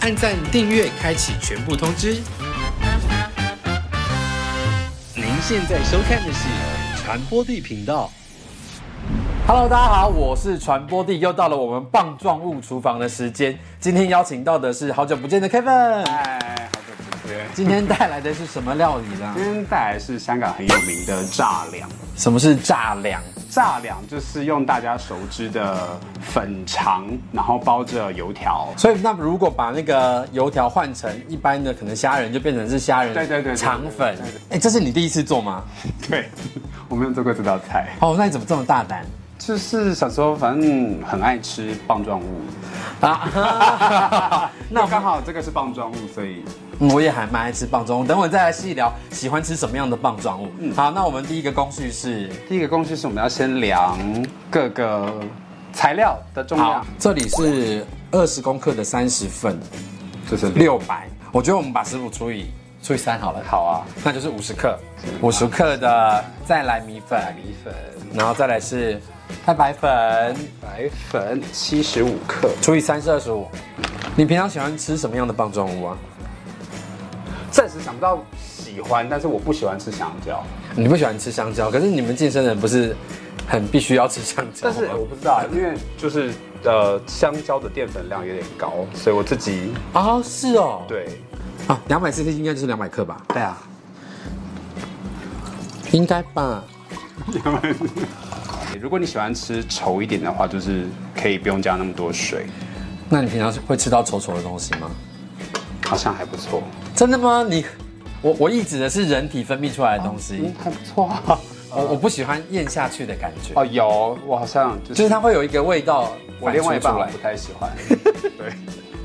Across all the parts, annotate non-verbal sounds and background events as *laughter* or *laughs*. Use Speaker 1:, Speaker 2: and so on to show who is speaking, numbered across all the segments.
Speaker 1: 按赞、订阅、开启全部通知。您现在收看的是传播地频道。
Speaker 2: Hello，大家好，我是传播帝，又到了我们棒状物厨房的时间。今天邀请到的是好久不见的 Kevin，
Speaker 3: 嗨，好久不见。
Speaker 2: 今天带来的是什么料理呢
Speaker 3: 今？天带来是香港很有名的炸粮，
Speaker 2: 什么是炸粮？
Speaker 3: 炸粮就是用大家熟知的粉肠，然后包着油条。
Speaker 2: 所以那如果把那个油条换成一般的，可能虾仁就变成是虾仁，
Speaker 3: 对对对对对
Speaker 2: 肠粉
Speaker 3: 对对。
Speaker 2: 哎，这是你第一次做吗？
Speaker 3: 对，我没有做过这道菜，
Speaker 2: 哦，那你怎么这么大胆
Speaker 3: 就是小时候反正很爱吃棒状物，
Speaker 2: 啊？ *laughs*
Speaker 3: 那
Speaker 2: 那
Speaker 3: 刚好这个是棒状物，所以
Speaker 2: 我也还蛮爱吃棒状物，等会再来细聊喜欢吃什么样的棒状物。
Speaker 3: 嗯
Speaker 2: 好，那我们第一个工序是
Speaker 3: 第一个工序是我们要先量各个材料的重
Speaker 2: 好
Speaker 3: 量，，
Speaker 2: 这里是二十公克的三十份，
Speaker 3: 这是
Speaker 2: 六百。我觉得我们把食谱除以除以三好了，
Speaker 3: 好啊，
Speaker 2: 那就是五十克，五十克的再来米粉，
Speaker 3: 米粉、
Speaker 2: 然后再来是太白粉，
Speaker 3: 白粉七十五克，
Speaker 2: 除以三是二十五。你平常喜欢吃什么样的棒状物啊？
Speaker 3: 暂时想不到喜欢，但是我不喜欢吃香蕉。
Speaker 2: 你不喜欢吃香蕉，可是你们健身人不是很必须要吃香蕉
Speaker 3: 但
Speaker 2: 吗？
Speaker 3: 是哦我不知道，因为就是呃，香蕉的淀粉量有点高，所以我自己
Speaker 2: 哦，是哦，
Speaker 3: 对
Speaker 2: 啊，两百 CC 应该就是两百克吧，
Speaker 3: 对啊，
Speaker 2: 应该吧。
Speaker 3: 如果你喜欢吃稠一点的话，就是可以不用加那么多水，
Speaker 2: 那你平常会吃到稠稠的东西吗？
Speaker 3: 好像还不错。
Speaker 2: 真的吗？你，我我一指的是人体分泌出来的东西，，
Speaker 3: 还不错啊。
Speaker 2: 我我不喜欢咽下去的感觉，
Speaker 3: 哦，有，我好像就
Speaker 2: 就是
Speaker 3: 是
Speaker 2: 它会有一个味道
Speaker 3: 我
Speaker 2: 反
Speaker 3: 另
Speaker 2: 出
Speaker 3: 外一半
Speaker 2: 出
Speaker 3: 我
Speaker 2: 来
Speaker 3: 不，太喜
Speaker 2: *laughs*
Speaker 3: 欢，对，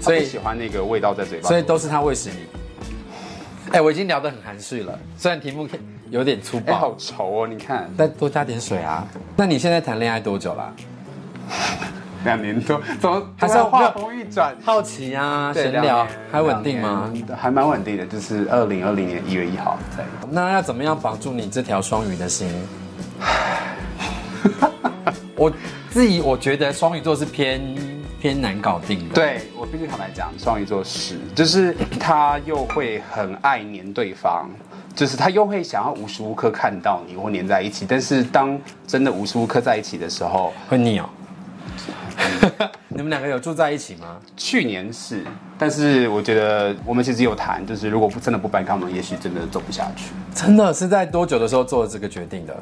Speaker 2: 所以
Speaker 3: 他不喜欢那个味道在嘴巴，
Speaker 2: 所以都是它喂食你。哎，我已经聊得很含蓄了，虽然题目有点粗
Speaker 3: 哎、
Speaker 2: 暴，
Speaker 3: 好稠哦，你看
Speaker 2: 但多加点水啊。那你现在谈恋爱多久啦？
Speaker 3: 两年多，怎么
Speaker 2: 还
Speaker 3: 还
Speaker 2: 是
Speaker 3: 是
Speaker 2: 要
Speaker 3: 话锋一转？
Speaker 2: 好奇啊，
Speaker 3: 对
Speaker 2: 闲聊
Speaker 3: 两年
Speaker 2: 还稳定吗
Speaker 3: 两？年还蛮稳定的，就是二零二零年一月一号在。
Speaker 2: 那要怎么样绑住你这条双鱼的心？ *laughs* 我自己我觉得双鱼座是偏偏难搞定的。
Speaker 3: 对我必须坦白讲，双鱼座是，就是他又会很爱黏对方，就是他又会想要无时无刻看到你或黏在一起，但是当真的无时无刻在一起的时候，
Speaker 2: 会腻哦。 *laughs* 你们两个有住在一起吗？
Speaker 3: 去年是，但是我觉得我们其实有谈，就是如果不真的不搬开，我们也许真的走不下去，
Speaker 2: 真的是在多久的时候做的这个决定的？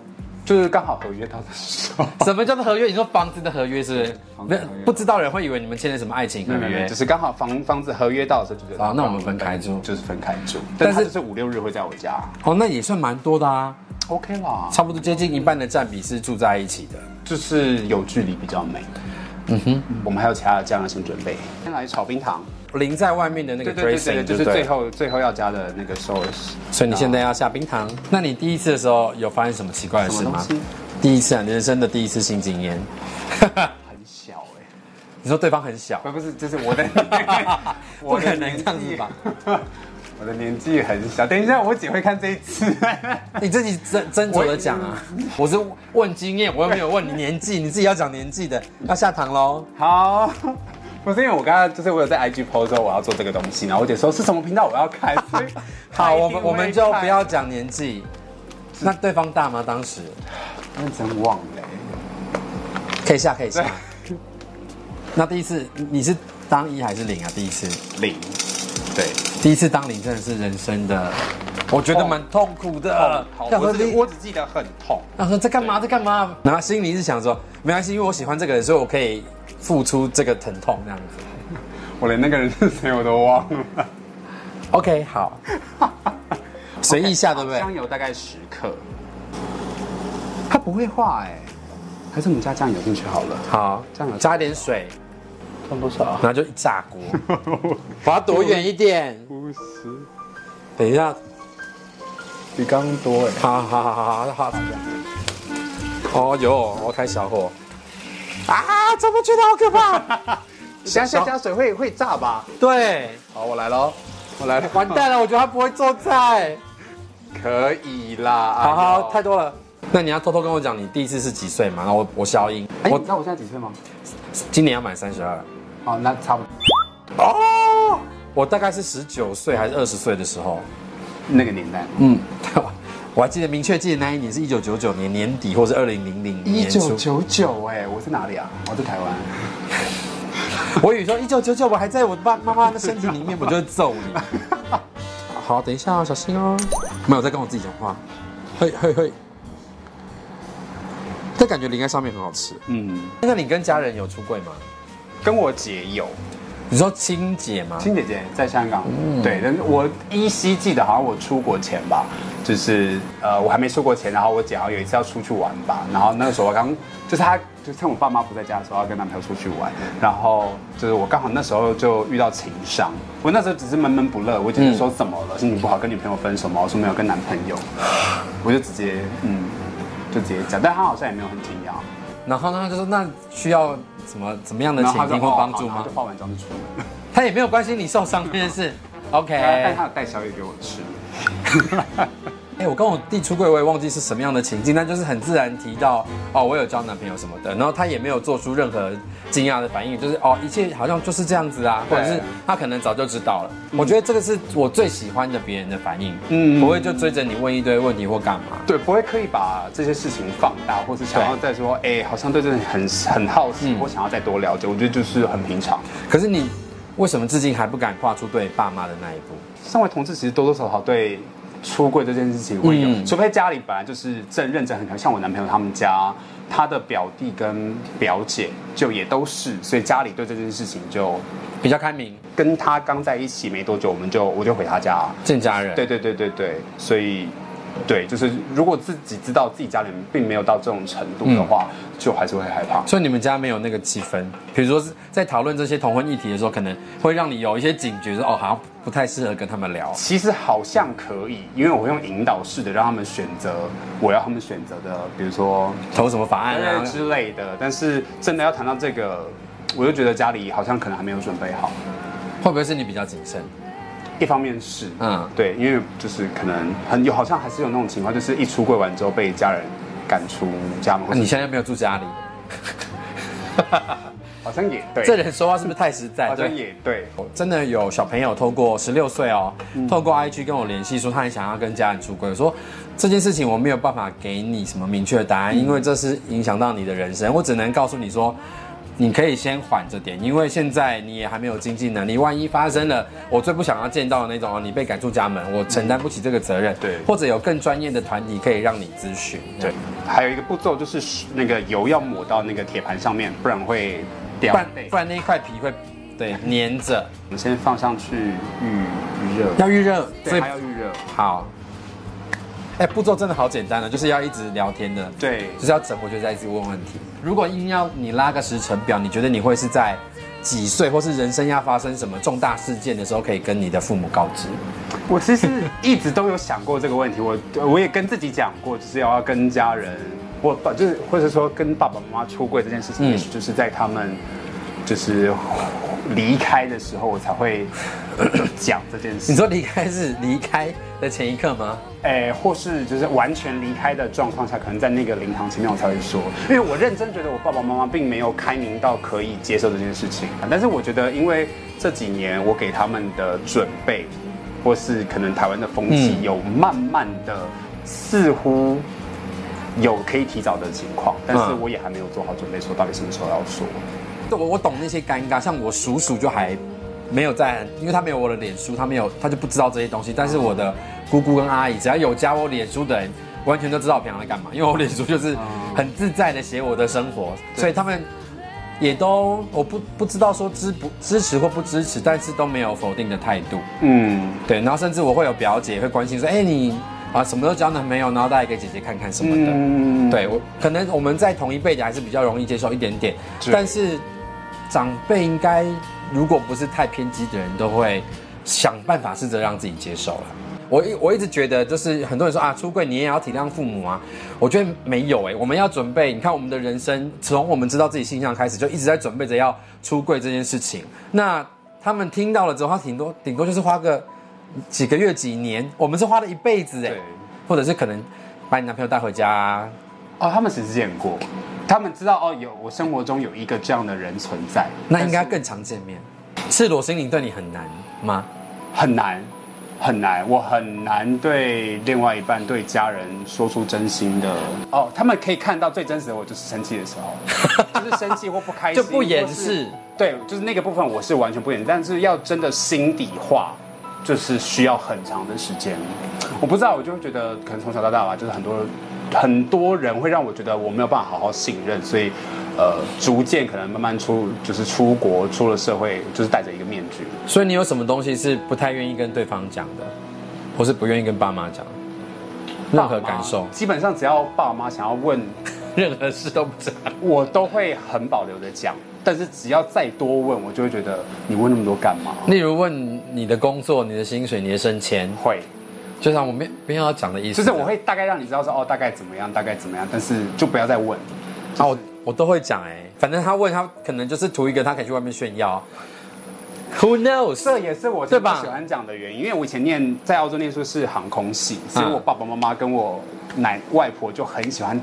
Speaker 3: 就是刚好合约到的时候。
Speaker 2: 什么叫做合约？你说房子的合约是不是？
Speaker 3: 房
Speaker 2: 没
Speaker 3: 子
Speaker 2: 有
Speaker 3: 合约嗯
Speaker 2: 不知道人会以为你们签了什么爱情合约哦
Speaker 3: 就。是刚好房房子合约到的时候就觉得
Speaker 2: 好那我们分开住
Speaker 3: 就是分开住。
Speaker 2: 但
Speaker 3: 但
Speaker 2: 是
Speaker 3: 是就是五六日会在我家
Speaker 2: 哦，那也算蛮多的啊，
Speaker 3: ，OK 啦，
Speaker 2: 差不多接近一半的占比是住在一起的。
Speaker 3: 就是有距离比较美。嗯哼，我们还有其他的酱要先准备。先来炒冰糖，
Speaker 2: 淋在外面的那个 dressing
Speaker 3: 就
Speaker 2: 就是是
Speaker 3: 最
Speaker 2: 最后，
Speaker 3: 后最后要加的那个 sauce。
Speaker 2: 所以你现在要下冰糖。那你第一次的时候有发生什么奇怪的事吗
Speaker 3: 什么东西？
Speaker 2: 第一次啊，人生的第一次性经验。
Speaker 3: 很小哎、
Speaker 2: 你说对方很小，，
Speaker 3: 不不是，就是 *laughs* 我的
Speaker 2: 不可能这样子吧
Speaker 3: 吧？ *laughs* 我的年纪很小，等一下我姐会看这一次。
Speaker 2: 你自己斟斟酌的讲啊，我是问经验，我又没有问你年纪，你自己要讲年纪的，要下堂喽。
Speaker 3: 好，不是因为我刚刚就是我有在 IG post 说我要做这个东西，然后我姐说是什么频道我要 *laughs* 看，所以
Speaker 2: 好，
Speaker 3: 她一定
Speaker 2: 我们我们
Speaker 3: 会
Speaker 2: 就
Speaker 3: 看
Speaker 2: 不要讲年纪。那对方大吗？当时
Speaker 3: 认真忘了欸、
Speaker 2: 可以下，可以下。那第一次你是当一还是零啊？第一次，
Speaker 3: 零，对，
Speaker 2: 第一次当零真的是人生的，我觉得蛮痛苦的。
Speaker 3: 呃好，
Speaker 2: 想说
Speaker 3: 我只
Speaker 2: 你
Speaker 3: 我只记得很痛，
Speaker 2: 然后说在干嘛，在干嘛？然后心里是想说，没关系，因为我喜欢这个人，所以我可以付出这个疼痛这样子。
Speaker 3: 我连那个人是谁我都忘了。
Speaker 2: OK，好，随意下对不对？
Speaker 3: 酱油大概十克，它不会化哎、还是我们加酱油进去好了。
Speaker 2: 好，
Speaker 3: 这样有
Speaker 2: 加点水，
Speaker 3: 放多 *laughs* 少啊
Speaker 2: 然？后就一炸锅。我要躲远一点。
Speaker 3: 五十，
Speaker 2: 等一下，
Speaker 3: 比刚刚多哎、
Speaker 2: 好好好好好好。哦哟，我开小火。啊，怎么觉得好可怕？
Speaker 3: 下下加水会会炸吧？
Speaker 2: 对，
Speaker 3: 好，我来喽，我来了，
Speaker 2: 完蛋了，我觉得他不会做菜。
Speaker 3: 可以啦。
Speaker 2: 好好，
Speaker 3: 哎
Speaker 2: 太多了。那你要偷偷跟我讲，你第一次是几岁嘛？然后我我消音，
Speaker 3: 呦，哎，你
Speaker 2: 我
Speaker 3: 知道我现在几岁吗？
Speaker 2: 今年要满三十二。
Speaker 3: 哦，那差不多。
Speaker 2: 哦，我大概是十九岁还是二十岁的时候，
Speaker 3: 那个年代，
Speaker 2: 嗯， *laughs* 我还记得明确记得那一年是一九九九年年底，或是二零零零
Speaker 3: 一
Speaker 2: 年
Speaker 3: 九
Speaker 2: 初。
Speaker 3: 九九，哎，我在哪里啊？我在台湾。
Speaker 2: 我以为说一九九九我还在我爸妈妈的身体里
Speaker 3: *laughs*
Speaker 2: 面，我就会揍你。好，等一下哦，小心哦。没有在跟我自己讲话。嘿嘿嘿。但感觉林在上面很好吃。
Speaker 3: 嗯，
Speaker 2: 那你跟家人有出柜吗？
Speaker 3: 跟我姐有，
Speaker 2: 你说亲姐吗？
Speaker 3: 亲姐姐在香港，
Speaker 2: 嗯
Speaker 3: 对，但是我依稀记得好像我出国前吧，就是呃我还没出国前，然后我姐好像有一次要出去玩吧，然后那个时候我刚就是她就趁我爸妈不在家的时候要跟男朋友出去玩，然后就是我刚好那时候就遇到情伤，我那时候只是闷闷不乐，我姐姐说
Speaker 2: 嗯
Speaker 3: 怎么了，心情不好跟女朋友分手吗？我说没有跟男朋
Speaker 2: *laughs*
Speaker 3: 友，我就直接嗯就直接讲，但她好像也没有很惊讶，
Speaker 2: 然后呢，他就说那需要什么怎么样的
Speaker 3: 然
Speaker 2: 倾
Speaker 3: 后她就
Speaker 2: 听或
Speaker 3: 哦
Speaker 2: 帮助
Speaker 3: 好然后
Speaker 2: 吗
Speaker 3: 就？化完妆就出门，
Speaker 2: 他也没有关心你受伤这件
Speaker 3: *laughs*
Speaker 2: 事。OK。
Speaker 3: 但她有带宵夜给我吃。
Speaker 2: 哎、我跟我弟出柜，我也忘记是什么样的情境，但就是很自然提到哦，我有交男朋友什么的，然后他也没有做出任何惊讶的反应，就是哦，一切好像就是这样子啊，或
Speaker 3: 对
Speaker 2: 者是他可能早就知道了。我觉得这个是我最喜欢的别人的反应，嗯，
Speaker 3: 嗯
Speaker 2: 不会就追着你问一堆问题或干嘛。
Speaker 3: 对，不会刻意把这些事情放大，或是想要
Speaker 2: 对
Speaker 3: 再说，哎、好像对这很很好奇，
Speaker 2: 嗯
Speaker 3: 我想要再多了解。我觉得就是很平常。
Speaker 2: 可是你为什么至今还不敢跨出对爸妈的那一步？
Speaker 3: 身为同志，其实多多少少对出柜这件事情会有，
Speaker 2: 嗯
Speaker 3: 除非家里本来就是正认真很强，像我男朋友他们家，他的表弟跟表姐就也都是，所以家里对这件事情就
Speaker 2: 比较开明，
Speaker 3: 跟他刚在一起没多久，我们就我就回他家，
Speaker 2: 见家人，
Speaker 3: 对，对对对对，所以对，就是如果自己知道自己家里面并没有到这种程度的话，
Speaker 2: 嗯
Speaker 3: 就还是会害怕。
Speaker 2: 所以你们家没有那个气氛，比如说是在讨论这些同婚议题的时候，可能会让你有一些警觉说哦，好像不太适合跟他们聊。
Speaker 3: 其实好像可以，因为我会用引导式的让他们选择我要他们选择的，比如说
Speaker 2: 投什么法案啊
Speaker 3: 呃？之类的。但是真的要谈到这个，我就觉得家里好像可能还没有准备好。
Speaker 2: 会不会是你比较谨慎？
Speaker 3: 一方面是，
Speaker 2: 嗯
Speaker 3: 嗯，对，因为就是可能很有，好像还是有那种情况，就是一出柜完之后被家人赶出家门，或
Speaker 2: 那你
Speaker 3: 者
Speaker 2: 现在没有住家里，
Speaker 3: 好像也对，
Speaker 2: 这人说话是不是太实在？
Speaker 3: 好像
Speaker 2: 对，
Speaker 3: 也对，
Speaker 2: 真的有小朋友透过十六岁哦，
Speaker 3: 嗯
Speaker 2: 透过 IG 跟我联系说他很想要跟家人出轨，我说这件事情我没有办法给你什么明确的答
Speaker 3: 嗯
Speaker 2: 案，因为这是影响到你的人生，我只能告诉你说。你可以先缓着点，因为现在你也还没有经济能力，万一发生了，我最不想要见到的那种哦，你被赶出家门，我承担不起这个责任。
Speaker 3: 对
Speaker 2: 或者有更专业的团体可以让你咨询。
Speaker 3: 对，还有一个步骤就是那个油要抹到那个铁盘上面，不然会掉
Speaker 2: 不然
Speaker 3: 泪
Speaker 2: 不。然那一块皮会
Speaker 3: *laughs*
Speaker 2: 对粘着，
Speaker 3: 我们先放上去预预热，
Speaker 2: 要预热，所
Speaker 3: 对，
Speaker 2: 以
Speaker 3: 还要预热。
Speaker 2: 好。哎，步骤真的好简单的，就是要一直聊天的，
Speaker 3: 对
Speaker 2: 就是要整，我就在一直问问题。如果硬要你拉个时程表，你觉得你会是在几岁，或是人生要发生什么重大事件的时候，可以跟你的父母告知？
Speaker 3: 我其实一直都有想过这个问题，我我也跟自己讲过，就是要跟家人，我爸就是或者说跟爸爸妈妈出柜这件事情，
Speaker 2: 嗯
Speaker 3: 也许就是在他们就是离开的时候，我才会 *coughs* 讲这件
Speaker 2: 你
Speaker 3: 事。
Speaker 2: 说离开是离开的前一刻吗？
Speaker 3: 哎、或是就是完全离开的状况下，可能在那个灵堂前面我才会说，因为我认真觉得我爸爸妈妈并没有开明到可以接受这件事情。啊但是我觉得，因为这几年我给他们的准备，或是可能台湾的风气，
Speaker 2: 嗯
Speaker 3: 有慢慢的似乎有可以提早的情况，但是
Speaker 2: 嗯
Speaker 3: 我也还没有做好准备，说到底什么时候要说。
Speaker 2: 我我懂那些尴尬，像我叔叔就还没有在，因为他没有我的脸书，他没有他就不知道这些东西。但是我的姑姑跟阿姨，只要有加我脸书的人，完全都知道我平常在干嘛，因为我脸书就是很自在的写我的生活，所以他们也都我不不知道说支不支持或不支持，但是都没有否定的态度。
Speaker 3: 嗯，
Speaker 2: 对，然后甚至我会有表姐会关心说，哎、你啊什么时候交男朋友，然后带给姐姐看看什么的。
Speaker 3: 嗯
Speaker 2: 对我可能我们在同一辈的还是比较容易接受一点点，
Speaker 3: 是
Speaker 2: 但是长辈应该如果不是太偏激的人，都会想办法试着让自己接受了。我一我一直觉得，就是很多人说啊，出柜你也要体谅父母啊。我觉得没有哎、我们要准备。你看我们的人生，从我们知道自己性向开始，就一直在准备着要出柜这件事情。那他们听到了之后，他顶多顶多就是花个几个月、几年，我们是花了一辈子哎、
Speaker 3: 对
Speaker 2: 或者是可能把你男朋友带回家、啊，
Speaker 3: 哦，他们只是见过，他们知道哦，有我生活中有一个这样的人存在，
Speaker 2: 那应该
Speaker 3: 但是
Speaker 2: 更常见面。赤裸心灵对你很难吗？
Speaker 3: 很难，很难，我很难对另外一半、对家人说出真心的。哦，他们可以看到最真实的我，就是生气的时
Speaker 2: *laughs*
Speaker 3: 候，就是生气或不开心，
Speaker 2: 就不掩
Speaker 3: 或是
Speaker 2: 饰。
Speaker 3: 对，就是那个部分我是完全不掩饰，但是要真的心底话，就是需要很长的时间。我不知道，我就会觉得可能从小到大吧，就是很多很多人会让我觉得我没有办法好好信任，所以呃，逐渐可能慢慢出就是出国出了社会，就是戴着一个面具。
Speaker 2: 所以你有什么东西是不太愿意跟对方讲的，或是不愿意跟爸妈讲？任何
Speaker 3: 爸妈
Speaker 2: 感受，
Speaker 3: 基本上只要爸妈想要问，
Speaker 2: 任何事都不讲。
Speaker 3: 我都会很保留的讲。但是只要再多问，我就会觉得你问那么多干嘛？
Speaker 2: 例如问你的工作、你的薪水、你的升迁，
Speaker 3: 会，
Speaker 2: 就像我没没有要讲的意思。
Speaker 3: 就是我会大概让你知道说哦，大概怎么样，大概怎么样，但是就不要再问。
Speaker 2: 啊，我我都会讲哎、反正他问他可能就是图一个，他可以去外面炫耀。Who
Speaker 3: 这
Speaker 2: knows？
Speaker 3: 也是我
Speaker 2: 对
Speaker 3: 最
Speaker 2: 吧
Speaker 3: 喜欢讲的原因，因为我以前念在澳洲念书是航空系，所以
Speaker 2: 嗯
Speaker 3: 我爸爸妈妈跟我奶外婆就很喜欢，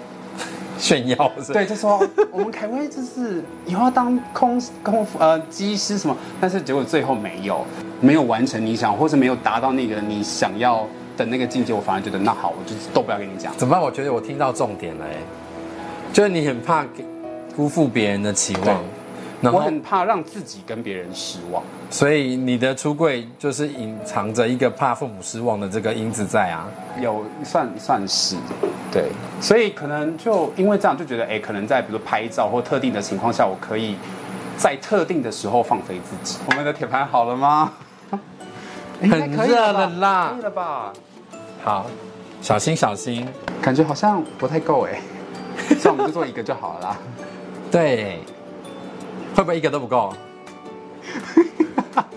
Speaker 2: 炫耀是？
Speaker 3: 对，，就说我们凯威就是以后要当空空服呃机师什么，但是结果最后没有没有完成你想，或是没有达到那个你想要的那个境界，我反而觉得那好，我就都不要跟你讲。
Speaker 2: 怎么办？我觉得我听到重点了哎、就是你很怕给辜负别人的期
Speaker 3: 对
Speaker 2: 望，然
Speaker 3: 我
Speaker 2: 后
Speaker 3: 很怕让自己跟别人失望，
Speaker 2: 所以你的出柜就是隐藏着一个怕父母失望的这个因子在啊。
Speaker 3: 有算算是对，所以可能就因为这样就觉得，哎，可能在比如说拍照或特定的情况下，我可以在特定的时候放飞自己。我们的铁盘好了 *laughs* 吗？应该可以吧
Speaker 2: 很热了啦
Speaker 3: 可以了吧？
Speaker 2: 好，小心小心。
Speaker 3: 感觉好像不太
Speaker 2: *laughs*
Speaker 3: 够哎，像我们就做一个就好了啦。
Speaker 2: 对，会不会一个都不够？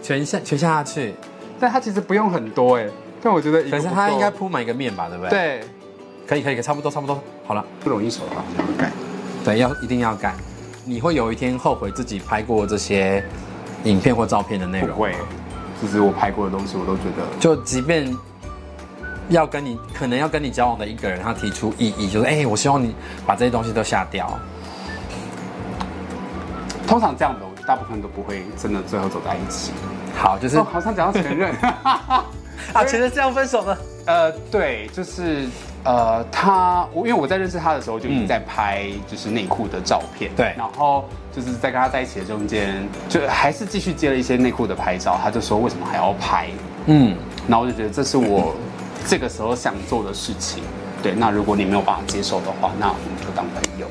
Speaker 2: 全下全下去，
Speaker 3: 但它其实不用很多哎，但我觉得一
Speaker 2: 可
Speaker 3: 个
Speaker 2: 是
Speaker 3: 不
Speaker 2: 它
Speaker 3: 够
Speaker 2: 应该铺满一个面吧，对不对？，
Speaker 3: 对
Speaker 2: 可以可以，可以差不多差不多，好了。
Speaker 3: 不容易手
Speaker 2: 啊
Speaker 3: 滑，这样盖。
Speaker 2: 对，要一定要改。你会有一天后悔自己拍过这些影片或照片的内容。
Speaker 3: 不会，就是我拍过的东西，我都觉得
Speaker 2: 就即便要跟你可能要跟你交往的一个人，他提出异议，就是哎、我希望你把这些东西都下掉。
Speaker 3: 通常这样的，我大部分都不会真的最后走在一起。
Speaker 2: 嗯好，就是、
Speaker 3: 哦，好像讲到
Speaker 2: *laughs*
Speaker 3: 前任。
Speaker 2: 啊，其实这样分手呢？
Speaker 3: 呃，对，就是呃，他我因为我在认识他的时候就已经在拍就是内裤的照片，
Speaker 2: 嗯对
Speaker 3: 然后就是在跟他在一起的中间，就还是继续接了一些内裤的拍照，他就说为什么还要拍，
Speaker 2: 嗯，
Speaker 3: 然后我就觉得这是我这个时候想做的事情，对，那如果你没有办法接受的话，那我们就当朋友，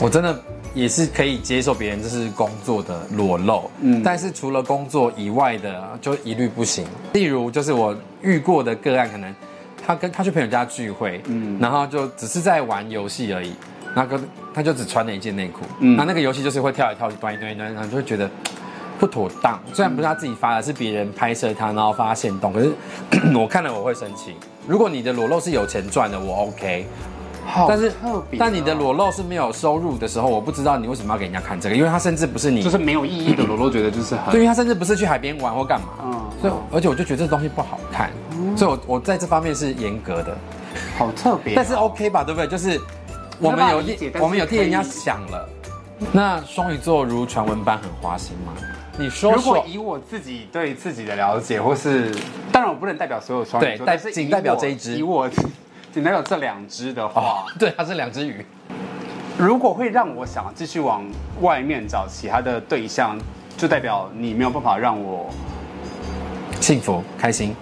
Speaker 2: 我真的也是可以接受别人就是工作的裸露，嗯，
Speaker 3: 嗯
Speaker 2: 但是除了工作以外的就一律不行。例如就是我遇过的个案，可能他跟他去朋友家聚会，嗯，然后就只是在玩游戏而已，那个他就只穿了一件内裤，嗯，
Speaker 3: 嗯
Speaker 2: 那那个游戏就是会跳来跳去，端一端一端，然后就会觉得。不妥当，虽然不是他自己发的，是别人拍摄他，然后发现动。可是 *clears throat* 我看了我会生气。如果你的裸露是有钱赚的，我 OK。
Speaker 3: 好
Speaker 2: 但是
Speaker 3: 特别哦，
Speaker 2: 但你的裸露是没有收入的时候，我不知道你为什么要给人家看这个，因为他甚至不是你，
Speaker 3: 就是没有意义的裸露，觉得就是
Speaker 2: 对，
Speaker 3: 很
Speaker 2: 因为他甚至不是去海边玩或干嘛，
Speaker 3: 嗯
Speaker 2: 所以而且我就觉得这东西不好看，所以我我在这方面是严格的，
Speaker 3: 好特别哦，
Speaker 2: 但是 OK 吧，对不对？就是我们
Speaker 3: 没办法
Speaker 2: 有
Speaker 3: 理解
Speaker 2: 替
Speaker 3: 但是
Speaker 2: 我们有替人家
Speaker 3: 可以
Speaker 2: 想了。那双鱼座如传闻般很花心吗？你说
Speaker 3: 如果
Speaker 2: 说， *laughs*
Speaker 3: 以我自己对自己的了解，或是当然我不能代表所有双鱼
Speaker 2: 对
Speaker 3: 座，
Speaker 2: 代
Speaker 3: 但是以
Speaker 2: 仅代表
Speaker 3: 我
Speaker 2: 这一只哦
Speaker 3: 以我仅代表这两只的话，
Speaker 2: 对，他是两只鱼，
Speaker 3: 如果会让我想继续往外面找其他的对象，就代表你没有办法让我。
Speaker 2: 幸福开心，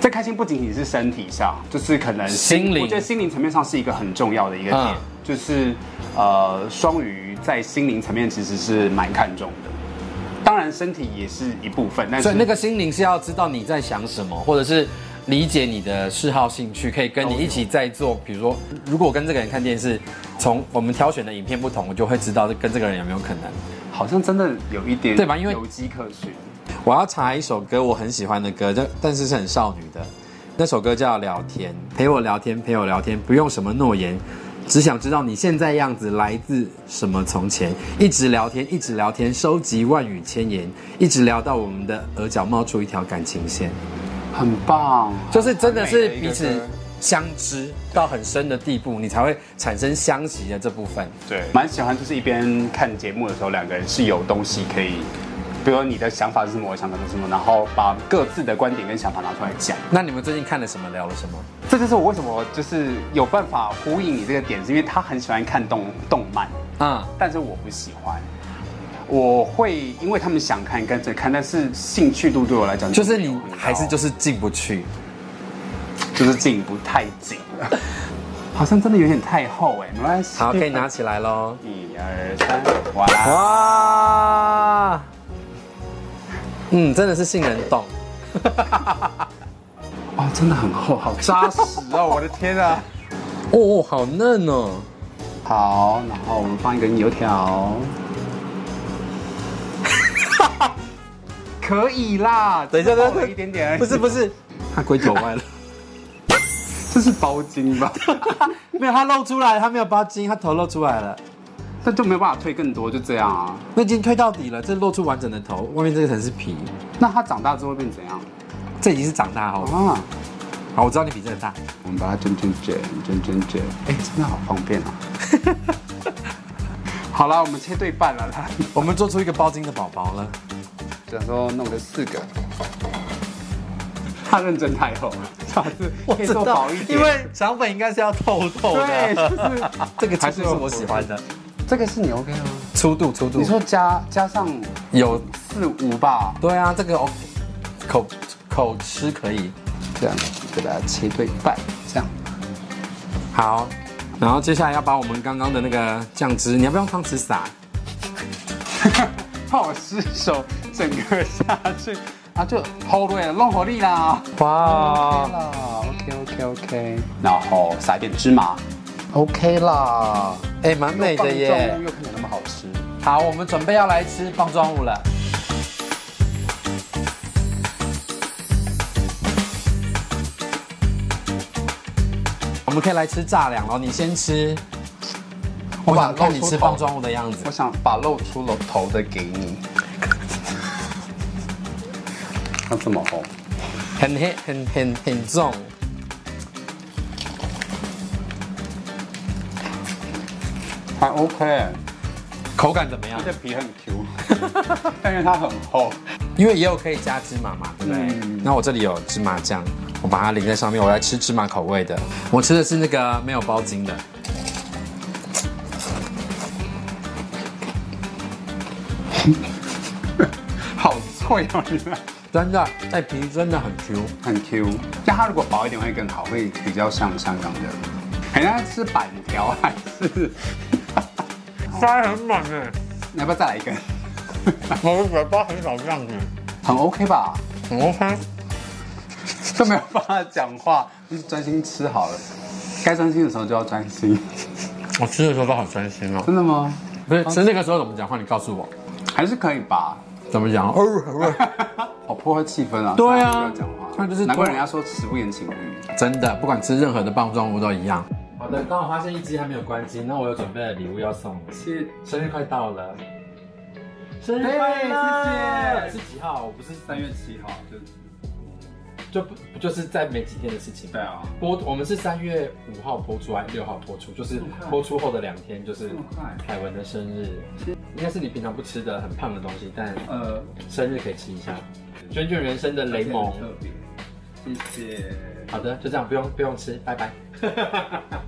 Speaker 3: 这开心不仅仅是身体上，就是可能
Speaker 2: 心灵
Speaker 3: 我觉得心灵层面上是一个很重要的一个点，
Speaker 2: 嗯
Speaker 3: 就是呃，双鱼在心灵层面其实是蛮看重的。当然，身体也是一部分，但是
Speaker 2: 所以那个心灵是要知道你在想什么，或者是理解你的嗜好、兴趣，可以跟你一起在做。比如说，如果我跟这个人看电视，从我们挑选的影片不同，我就会知道跟这个人有没有可能。
Speaker 3: 好像真的有一点
Speaker 2: 对吧因为
Speaker 3: 有迹可循。
Speaker 2: 我要查一首歌，我很喜欢的歌，但但是是很少女的。那首歌叫《聊天》，陪我聊天，陪我聊天，不用什么诺言，只想知道你现在样子来自什么从前。一直聊天，一直聊天，收集万语千言，一直聊到我们的额角冒出一条感情线。
Speaker 3: 很棒，
Speaker 2: 就是真的是
Speaker 3: 很美一
Speaker 2: 彼
Speaker 3: 个
Speaker 2: 此
Speaker 3: 歌
Speaker 2: 相知到很深的地步，你才会产生相惜的这部分。
Speaker 3: 对，蛮喜欢，就是一边看节目的时候，两个人是有东西可以。比如说你的想法是什么，我的想法是什么，然后把各自的观点跟想法拿出来讲。
Speaker 2: 那你们最近看了什么，聊了什么？
Speaker 3: 这就是我为什么就是有办法呼应你这个点，是因为他很喜欢看动动漫，
Speaker 2: 啊、
Speaker 3: 但是我不喜欢。我会因为他们想看跟着看，但是兴趣度对我来讲
Speaker 2: 就是
Speaker 3: 没有
Speaker 2: 你
Speaker 3: 很高
Speaker 2: 还是就是进不去。
Speaker 3: 就是进不太紧了，好像真的有点太厚哎，没关系。
Speaker 2: *laughs* 好，可以拿起来喽。
Speaker 3: 一二三，哇！
Speaker 2: 哇，嗯，真的是杏仁冻，
Speaker 3: 哦，真的很厚，好扎实哦！我的天啊！
Speaker 2: 哦，好嫩哦。
Speaker 3: 好，然后我们放一根油条。可以啦，
Speaker 2: 等一下，
Speaker 3: 只
Speaker 2: 等一
Speaker 3: 是厚
Speaker 2: 下，
Speaker 3: 了一点点而已，
Speaker 2: 哎不是不是，它龟九万了，
Speaker 3: 这是包巾吧？ *laughs*
Speaker 2: 没有，它露出来，它没有包筋，它头露出来了，
Speaker 3: 那就没有办法退更多，就这样啊。
Speaker 2: 那已经推到底了，这露出完整的头，外面这个层是皮，
Speaker 3: 那它长大之后会变怎样
Speaker 2: 这已经是长大后。
Speaker 3: 啊？
Speaker 2: 好，我知道你比这个大，
Speaker 3: 我们把它卷卷卷卷卷卷，哎，真的好方
Speaker 2: *laughs*
Speaker 3: 便啊！好啦，我们切对半了啦。
Speaker 2: 我们做出一个包筋的宝宝了。
Speaker 3: 想说弄个四个，他认真太厚 *laughs* 了，下次可以做薄一点。
Speaker 2: 因为肠粉应该是要透透
Speaker 3: 对，
Speaker 2: 的，
Speaker 3: 就是
Speaker 2: 这个
Speaker 3: 还
Speaker 2: 还
Speaker 3: 是
Speaker 2: 是
Speaker 3: 有
Speaker 2: 是我喜欢的
Speaker 3: 这个是你 OK 吗？
Speaker 2: 粗度，粗度。
Speaker 3: 你说加加上
Speaker 2: 有？
Speaker 3: 四五吧，
Speaker 2: 对啊，这个 OK，口口吃可以。
Speaker 3: 这样给它切对半，这样。 *laughs*
Speaker 2: 好，然后接下来要把我们刚刚的那个酱汁，你要不要用汤匙撒？
Speaker 3: 怕我失手整个下去啊，就好累，弄好力啦。
Speaker 2: 哇，
Speaker 3: 啦，OK OK OK，然后撒一点芝麻，OK 啦。
Speaker 2: 哎，蛮美的耶！
Speaker 3: 又看起来那么好吃。
Speaker 2: 好，我们准备要来吃棒状物了。我们可以来吃炸粮了，你先吃。我想看你吃棒状物的样子
Speaker 3: 我。想把露出了头的给你。那这么红，
Speaker 2: 很黑，很很很重。
Speaker 3: 还 OK，
Speaker 2: 口感怎么样
Speaker 3: 这？皮很 Q，但是它很厚。
Speaker 2: 因为也有可以加芝麻嘛，对不对？
Speaker 3: 嗯
Speaker 2: 那我这里有芝麻酱，我把它淋在上面，我来吃芝麻口味的。我吃的是那个没有包筋的。
Speaker 3: 好脆哦，你们
Speaker 2: 真的，哎、皮真的很 Q，
Speaker 3: 很 Q。那它如果薄一点会更好，会比较像香港的。很像吃板条还是？ *laughs*
Speaker 2: 塞很满哎，
Speaker 3: 你要不要再来一根？
Speaker 2: 我的嘴巴很少样子。
Speaker 3: *laughs* 很 OK 吧？
Speaker 2: 很 OK，
Speaker 3: 都没有办法讲话，就是专心吃好了。该专心的时候就要专心。
Speaker 2: 我吃的时候都好专心哦。
Speaker 3: 真的吗？
Speaker 2: 不是吃那个时候怎么讲话？你告诉我
Speaker 3: 还是可以吧？
Speaker 2: 怎么讲？哦，
Speaker 3: 好破坏气氛啊！
Speaker 2: 对啊
Speaker 3: 不要讲话，
Speaker 2: 那就是
Speaker 3: 难怪人家说食不言寝不语。
Speaker 2: 真的，不管吃任何的棒状物都一样。 *laughs* 好的，刚好发现一只还没有关机，那我有准备了礼物要送你。
Speaker 3: 是
Speaker 2: 生日快到 *laughs* 了，哎生日
Speaker 3: 快乐
Speaker 2: 是几号？我不是
Speaker 3: 三月七号，就
Speaker 2: 就不不就是在没几天的事情。
Speaker 3: 对啊，
Speaker 2: 播我们是三月五号播出，还是六号播出？就是播出后的两天，就是
Speaker 3: 这么快
Speaker 2: 凯文的生日，应该是你平常不吃的很胖的东西，但
Speaker 3: 呃，
Speaker 2: 生日可以吃一下。卷卷人生的雷蒙
Speaker 3: 而且很，特别，谢谢。
Speaker 2: 好的，就这样，不用不用吃，拜拜。